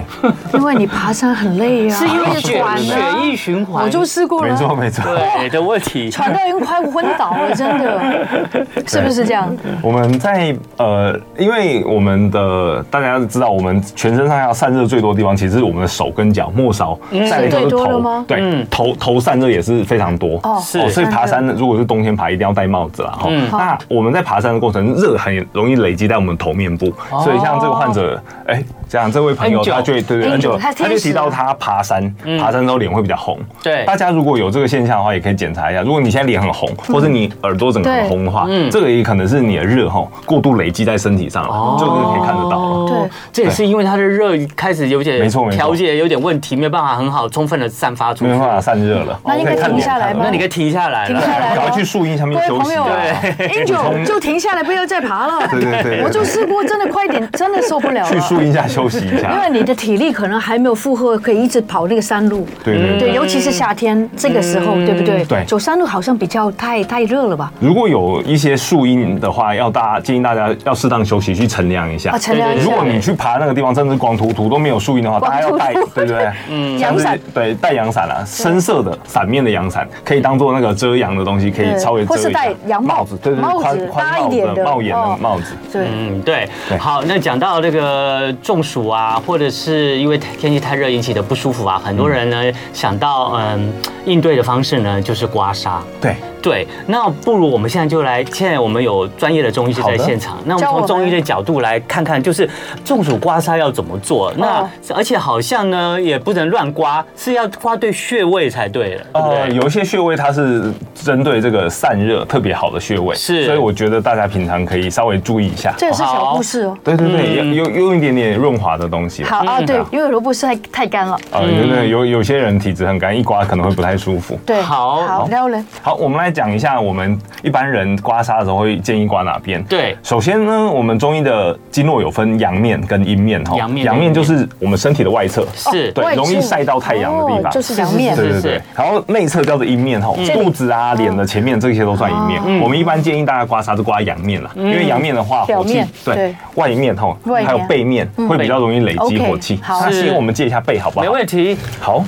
因为你爬山很累啊，是因哦为血血血液循环，哦我就试过了，没 [laughs] 错没错，对的问题。喘到已经快昏倒了，真 [laughs] 的，是不是这样？我们在呃，因为我们的大家知道，我们全身上下散热最多的地方，其实是我们的手跟脚，末梢再来就是嗯最多的头吗，嗯对，头头散热也是非常多哦是所以爬散山热如果是冬天爬，一定要戴帽子啦哈。嗯那我们在爬山的过程，热很容易累积在我们头面部，哦所以像这个患者，哎，这样这位朋友 N9 他就会对对 N9 很久，他他天就使提到他爬山，嗯爬山之后脸会比较红。对大家如果有这个现象的话，也可以检查一下。如果你现在脸很红，嗯或者你耳朵整个很对红的话，嗯这个也可能是你的热吼过度累积在身体上哦了，这个可以看得到了。哦对，这也是因为它的热开始有点没错没错调节有点问题，没有办法很好充分的散发出没去有。办法散热了，那应该可以看停脸下来看得吗到那你可以停下来停下了。来赶快了去。树荫下面各位休朋息友啊。 ，Angel 就停下来，不要再爬了。对对对我就试过，真的快点，真的受不了去树了。荫下休息一下。因为你的体力可能还没有负荷，可以一直跑那个山路。对对对。嗯对，尤其是夏天这个时候，对不对？对走山路好像比较太太热了吧？如果有一些树荫的话，要大家建议大家要适当休息，去乘凉一下啊，。乘凉一如下果。你去爬那个地方，真的是光秃秃都没有树荫的话，光大家要带秃秃，对 [laughs] 不对？嗯阳伞对，带阳伞啊，深色的伞面的阳伞，可以当做那个遮阳的东西，可以对稍微遮或一下。是戴羊帽帽子，对对帽对，子宽宽大一帽点子的的帽檐哦的帽子。对，嗯，对对，好，那讲到这个中暑啊，或者是因为天气太热引起的不舒服啊，很多人呢想到嗯应对的方式呢就是刮痧。对，对，那不如我们现在就来，现在我们有专业的中医师好在的现场，那我们教我从们中医的角度来看看，就是中暑刮痧要怎么做。那哦而且好像呢也不能乱刮，是要刮对穴位才对的，对不呃，对？有一些穴位它是针对这个散热特别好的穴位，是所以我觉得大家平常可以稍微注意一下。这也是小故事哦。对对对，有有用一点点润滑的东西啦。好啊，对嗯，因为萝卜丝太太干了。啊，有有有有些人体质很干，一刮可能会不太舒服。对，好好，然后呢？好，我们来讲一下我们一般人刮痧的时候会建议刮哪边。对首先呢，我们中医的经络有分阳面跟阴面哈。阳面阳面就是我们身体的外侧，是哦对外容易侧晒到太阳的地方哦就是嗯阳面。对是是对对，然后内侧叫做阴面哈，肚子啊、脸的前面这些都算阴嗯面。我们一般建议大家刮痧是刮阳面啦，因为阳面的话，表火气面对对外面哈，外面嗯还有背面会比较容易累积 OK，火气。好那是先我们借一下背好不好？没问题。好。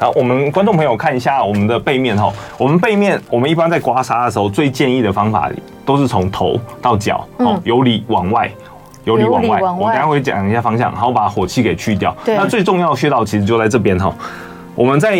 好，我们观众朋友看一下我们的背面哈。我们背面，我们一般在刮痧的时候，最建议的方法都是从头到脚，哦，由里往外，由里往嗯由外。里往外我等一下会讲一下方向，然后把火气给去掉。对那最重要的穴道其实就在这边哈。我们在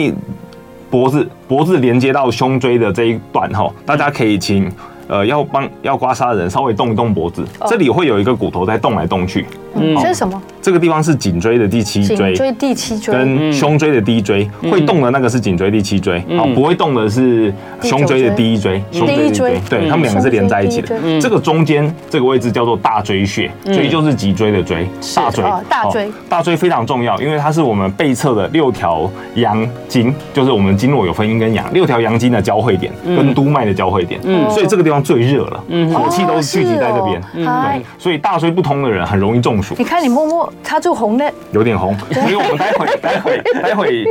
脖子脖子连接到胸椎的这一段哈，大家可以请呃要帮要刮痧的人稍微动一动脖子，哦这里会有一个骨头在动来动去，嗯，这是什么？这个地方是颈椎的第七颈椎。椎、第七椎。跟胸椎的第一椎，嗯会动的那个是颈椎第七椎，好，不会动的是胸椎的第一椎，第胸九椎第椎的一椎对，他们两个是连在一起嗯胸的椎第。嗯这个中间这个位置叫做大椎穴，椎就是脊椎的椎，大椎哦，大椎好，大椎非常重要，因为它是我们背侧的六条阳经，就是我们经络有分阴跟阳，六条阳经的交汇点嗯跟督脉的交汇点，所以这个地方最热了，火气都聚集在这边哦，是哦对，所以大椎不通的人很容易中暑。你看你摸摸，它就红的。有点红，所以我们待会待会待会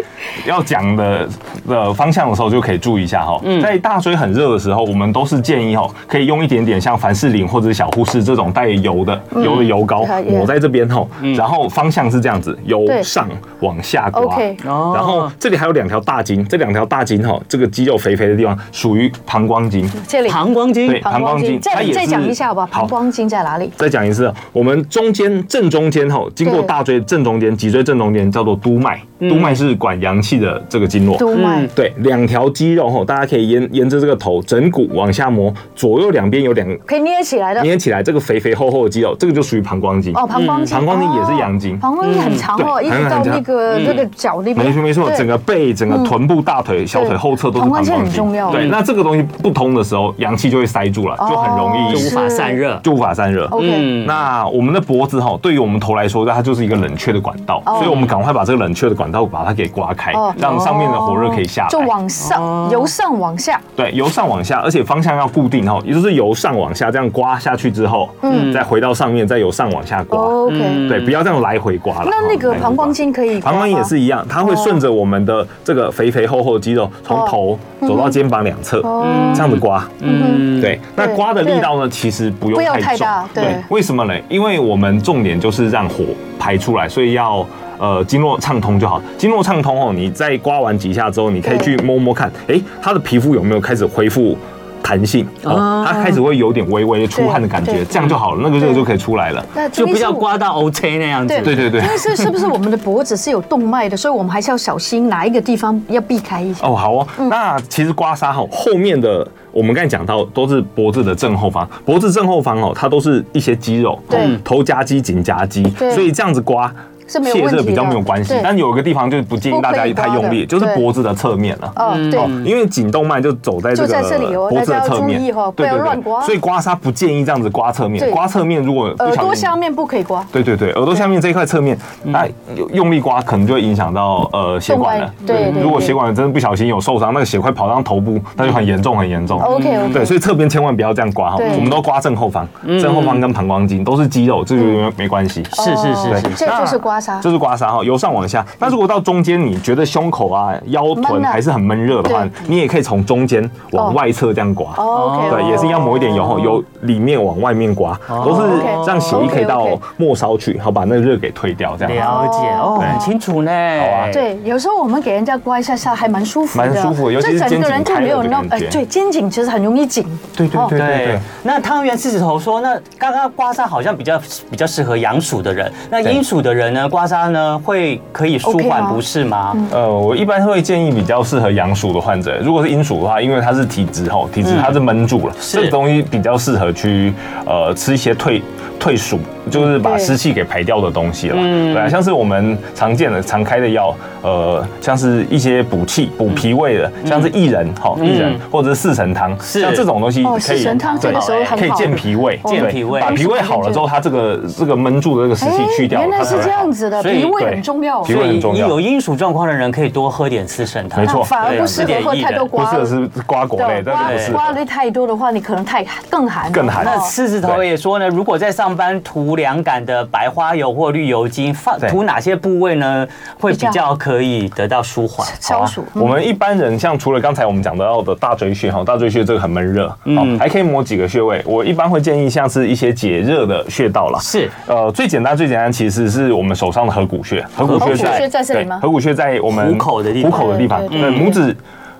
要讲的的方向的时候就可以注意一下哈。在大椎很热的时候，我们都是建议哈，可以用一点点像凡士林或者是小护士这种带油的油的油膏好耶抹在这边哈，然后方向是这样子，由对上往下刮。 OK 哦然后这里还有两条大筋，这两条大筋哈，这个肌肉肥肥的地方属于膀胱经。这里膀胱经对膀胱经，它再也再是讲一下吧，好膀胱经在哪里？再讲一次哦，我们中间正中间吼，经过对大椎正中间、脊椎正中间叫做督脉，嗯督脉是管阳气的这个经络。督脉嗯。对，两条肌肉吼，大家可以沿沿着这个头枕骨往下摸，左右两边有两可以捏起来的捏起来，这个肥肥厚厚的肌肉，这个就属于膀胱经。哦，膀胱经，膀胱经也是阳经嗯哦膀胱经很长哦，对一直到那个那个脚那边，没错没错，对嗯整个背、整个臀部、大腿、小腿后侧都是膀胱膀胱经经。很重要嗯对，那这个东西不通的时候，阳气就会塞住了，就很容易就无法是散热。就无法散热。 OK，嗯，那我们的脖子哈，对于我们头来说，它就是一个冷却的管道，所以我们赶快把这个冷却的管道把它给刮开哦，让上面的火热可以下就来。往哦上，由上往下，对，由上往下，而且方向要固定哈，也就是由上往下这样刮下去之后，嗯，再回到上面，再由上往下刮。嗯 OK，对，不要这样来回刮了。哦嗯那那哦个来回刮膀胱经可以，膀胱也是，一样，它会顺着我们的这个肥肥厚厚的肌肉，从头走到肩膀两侧，嗯哦这样子刮。嗯，对，那对刮的力道呢，其实不不要用太太重大。对为什么呢？因为我们重点就是让火排出来，所以要呃经络畅通就好。经络畅通哦，你再刮完几下之后，你可以去摸摸看，诶，他的皮肤有没有开始恢复弹性哦哦，他开始会有点微微出汗的感对觉对，这样就好了，那个热对就可以出来了。那就中医不是要我刮到 OK 那样子。对对对但是是不是我们的脖子是有动脉的，所以我们还是要小心哪一个地方要避开一下。哦，好哦。嗯那其实刮痧哦，后面的我们刚才讲到都是脖子的正后方，脖子正后方哦，它都是一些肌肉，对哦头夹肌、颈夹肌，对所以这样子刮。是没有问泄题的热比较没有关系对，但有一个地方就不建议大家太用不可力，以刮的就是脖子的侧面了。哦，对，哦，因为颈动脉就走在这就在这里个哦脖子的大侧家要注意面哦，不对要对乱刮对，所以刮痧不建议这样子刮侧面对，刮侧面如果不小耳心朵下呃面不可以刮。对对对，耳朵下面这一块侧面，那用力刮可能就会影响到呃血管了。动脉对对如果对血管真的不小心有受伤，那个血块跑到头部，那就很严重，很严重。哦 OK 对， OK，所以侧边千万不要这样刮哈，对我们都刮正后方，正后方跟膀胱经都是肌肉，这个没没关系。是是是是。这嗯就是刮痧这。是刮痧哈，由上往下。那如果到中间，你觉得胸口啊、腰闷臀啊还是很闷热的话对，你也可以从中间往外侧这样刮。哦 OK，对，也是一样抹一点油后，由里面往外面刮，都是哦 OK 让血液可以到 OK，OK 末梢去，好把那个热给退掉，这样。了解哦，对很清楚呢。啊对，有时候我们给人家刮一下痧还蛮舒服的，蛮舒服的尤其是这整个人就没有那肩颈开了的感觉对，肩颈其实很容易紧。对哦对对对对。那汤圆狮子头说，那刚刚刮痧好像比较比较适合阳属的人，那阴属的人呢，刮痧呢会可以舒 OK 缓吗不适吗？呃，我一般会建议比较适合阳暑的患者，如果是阴暑的话，因为它是体质吼，体质它是闷住了，嗯是这个东西比较适合去呃吃一些退退暑，就是把对湿气给排掉的东西啦。嗯对啊，像是我们常见的常开的药，呃，像是一些补气、补脾胃的，像是薏仁哈，薏仁嗯或者是四神汤，是像这种东西哦可以四神汤对这个时候很可以好健脾胃，哦对健脾胃把脾胃好了之后，它这个这个闷住的这个湿气去掉，哎原来它才是会这好样子的，所以脾胃对很重要。脾胃所以很重要有阴属状况的人可以多喝点四神汤，没错那反而不适合喝太多不瓜适合是瓜果类，但是刮不是刮的太多的话，你可能太更寒了，更寒那哦狮子头对也说呢，如果在上班涂凉感的白花油或绿油精，放对涂哪些部位呢，会比比较较可以得到舒缓？消暑。啊嗯我们一般人像除了刚才我们讲到的大椎穴哈，大椎穴这个很闷热，哦，还可以摸几个穴位。我一般会建议像是一些解热的穴道啦，啊是呃，最简单最简单其实是我们手上的合谷穴，合谷合谷穴在穴在这里对吗嗯合谷穴在我们虎口的地方虎口的地方，对对，拇指。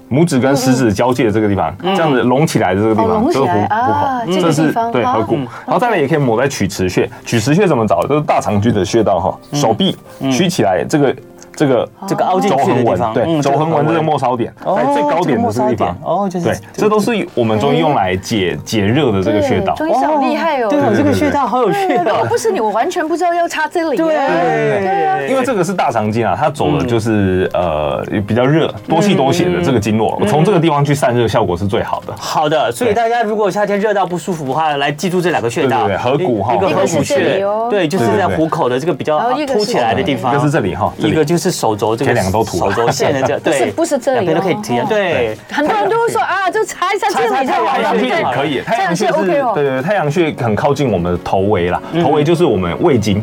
拇指跟食指交界的这个地方，这样子隆起来的这个地嗯哦方，隆就起是虎来虎啊口，嗯这个这地是方对啊合谷。然后再来也可以抹在曲池穴，曲池穴怎么找？就是大肠经的穴道哈，嗯手臂曲起来，这个这个哦这个凹进轴去的横地纹方，对，嗯轴横纹这个末梢点，哦在最高点的这个这个末梢地方点，哦就是对，这都是我们中医用来解解热的这个穴道。中医师好厉害哦。对哦，这个穴道好有趣对如果哦。不是你，我完全不知道要插这里。因为这个是大肠经啊，它走的就是嗯呃比较热、多气多血的这个经络，从这个地方去散热效果是最好的。好的，所以对大家如果夏天热到不舒服的话，来记住这两个穴道，对对对合谷哈一个一合个谷是这穴里哦，对，就是在对对对虎口的这个比较然后一个是凸起来的地一方，个是这里哈，这一里个就是手肘这个，这两个都涂手了肘线的这，对，不是这里两边都可以提啊，哦对，很多人都会说啊，就插一下这里就好太了，阳穴对也可以，太太阳阳穴穴 OK 是，对哦。对，太阳穴很靠近我们的头围啦，头围就是我们胃经，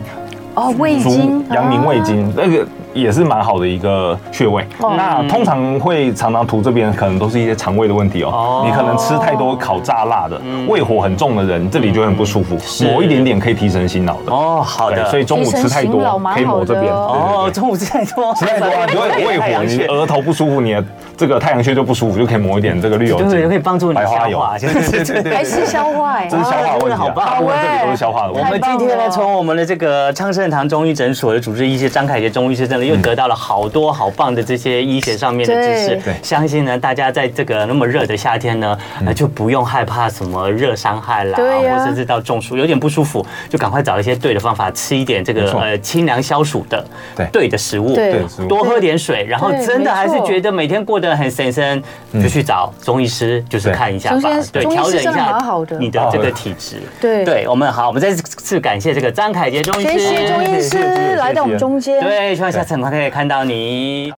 哦，胃足经，嗯阳明胃啊。哦嗯经，那个也是蛮好的一个穴位。那通常会常常涂这边，可能都是一些肠胃的问题哦哦。你可能吃太多烤炸辣的，嗯胃火很重的人，这里就会很不舒服。抹一点点可以提神醒脑的。哦，好对，的，所以中午提吃太神醒脑多蛮可以抹这边。好哦，哦，中午吃太多，吃太多啊，你会胃太火，阳你穴额头不舒服，你的这个太阳穴就不舒服，就可以抹一点这个绿油对，精，可以帮助你白消花油化。。对对对对。还是消化哎这，是消化问题、啊，好棒大部分这里都是消化的我问们题。今天呢，从我们的这个昌盛堂中医诊所的主治医师张凯杰中医师这里，又得到了好多好棒的这些医学上面的知识嗯对。相信呢，大家在这个那么热的夏天呢，呃就不用害怕什么热伤害啦，嗯对呀或甚至到中暑，有点不舒服，就赶快找一些对的方法，吃一点这没个错呃清凉消暑的对对的食物，对对食物多喝点水，然后对真的还是没错嗯觉得每天过得很神神，就去找中医师，就是对看一下中吧医师，对，中医师调整一真的下蛮好的哦你的这个体质。对对，我们好，我们再次感谢这个张凯杰中医学师，习中医师来到我们中间。对，希望下次很快可以看到你。